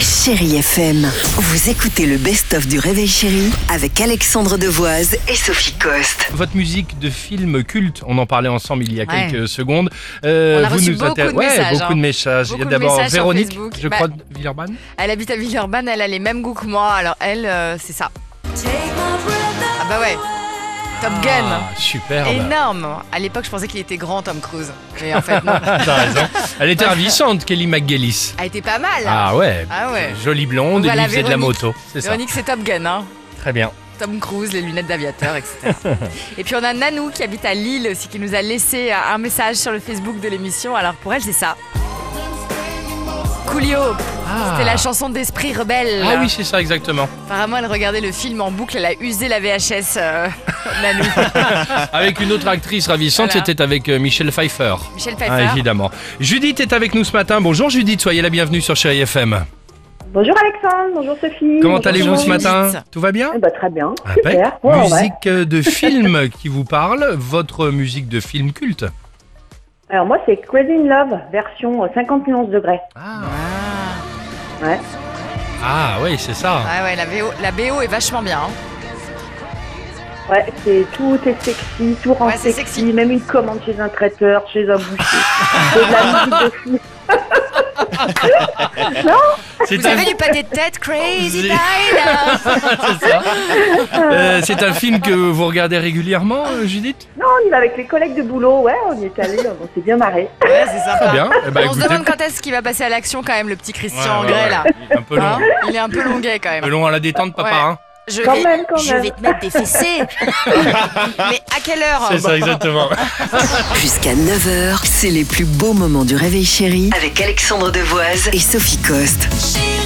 Chérie FM. Vous écoutez le best-of du Réveil Chéri avec Alexandre Devoise et Sophie Coste. Votre musique de film culte, on en parlait ensemble il y a Ouais. quelques secondes. Euh, On a reçu beaucoup inter- de ouais, messages, beaucoup hein. de messages. il Beaucoup y a de d'abord messages sur Véronique, Facebook. je Bah- crois, Villeurbanne. Elle habite à Villeurbanne, elle a les mêmes goûts que moi, alors elle, euh, c'est ça. Ah bah ouais, Top Gun, Ah, superbe. énorme. À l'époque, je pensais qu'il était grand Tom Cruise, mais en fait non. Ah, T'as raison. Elle était ravissante, Kelly McGillis. Elle était pas mal. Ah ouais. Ah ouais. Jolie blonde, et Voilà, lui faisait de la Véronique. moto. C'est ça. Véronique, c'est Top Gun, hein. Très bien. Tom Cruise, les lunettes d'aviateur, etc. Et puis on a Nanou qui habite à Lille aussi, qui nous a laissé un message sur le Facebook de l'émission. Alors pour elle, c'est ça. Coolio, Ah. c'était la chanson d'Esprit Rebelle. Ah oui, c'est ça, exactement. Apparemment, elle regardait le film en boucle, elle a usé la VHS, euh, Nanou. Avec une autre actrice ravissante, Voilà. c'était avec euh, Michel Pfeiffer. Michel Ah, Pfeiffer. évidemment. Judith est avec nous ce matin. Bonjour Judith, soyez la bienvenue sur Chérie FM. Bonjour Alexandre, bonjour Sophie. Comment bonjour allez-vous Jean. ce matin Judith. Tout va bien Eh ben, Très bien, Impec. super. Ouais, ouais. musique euh, de film qui vous parle, votre musique de film culte. Alors moi c'est Crazy in Love, version euh, 50 nuances degrés. Ah, Ah. Ouais. oui, c'est ça. Ouais, ouais, la BO, la BO est vachement bien. hein. Ouais, c'est tout est sexy, tout rend Ouais, c'est sexy, sexy. même une commande chez un traiteur, chez un boucher. c'est de la musique de film. C'est Ah, Vous un, avez du pâté de tête, Crazy Zé- Dine hein c'est ça. Euh, c'est un film que vous regardez régulièrement, euh, Judith Non, on y va avec les collègues de boulot, ouais, on y est allé, on s'est bien marré. Ouais, c'est sympa. Très bien. Eh ben, Ah. on se écoutez- demande quand est-ce qu'il va passer à l'action quand même, le petit Ouais, Christian ouais, Grey ouais. là. Il est Un peu long. Hein Il est un peu longuet quand Un peu même. long à la détente, papa. Ouais. hein. Je Quand même, quand je même. vais te mettre des fessées. Mais à quelle heure exactement. Jusqu'à 9h, c'est les plus beaux moments du Réveil Chéri avec Alexandre Devoise et Sophie Coste. Chérie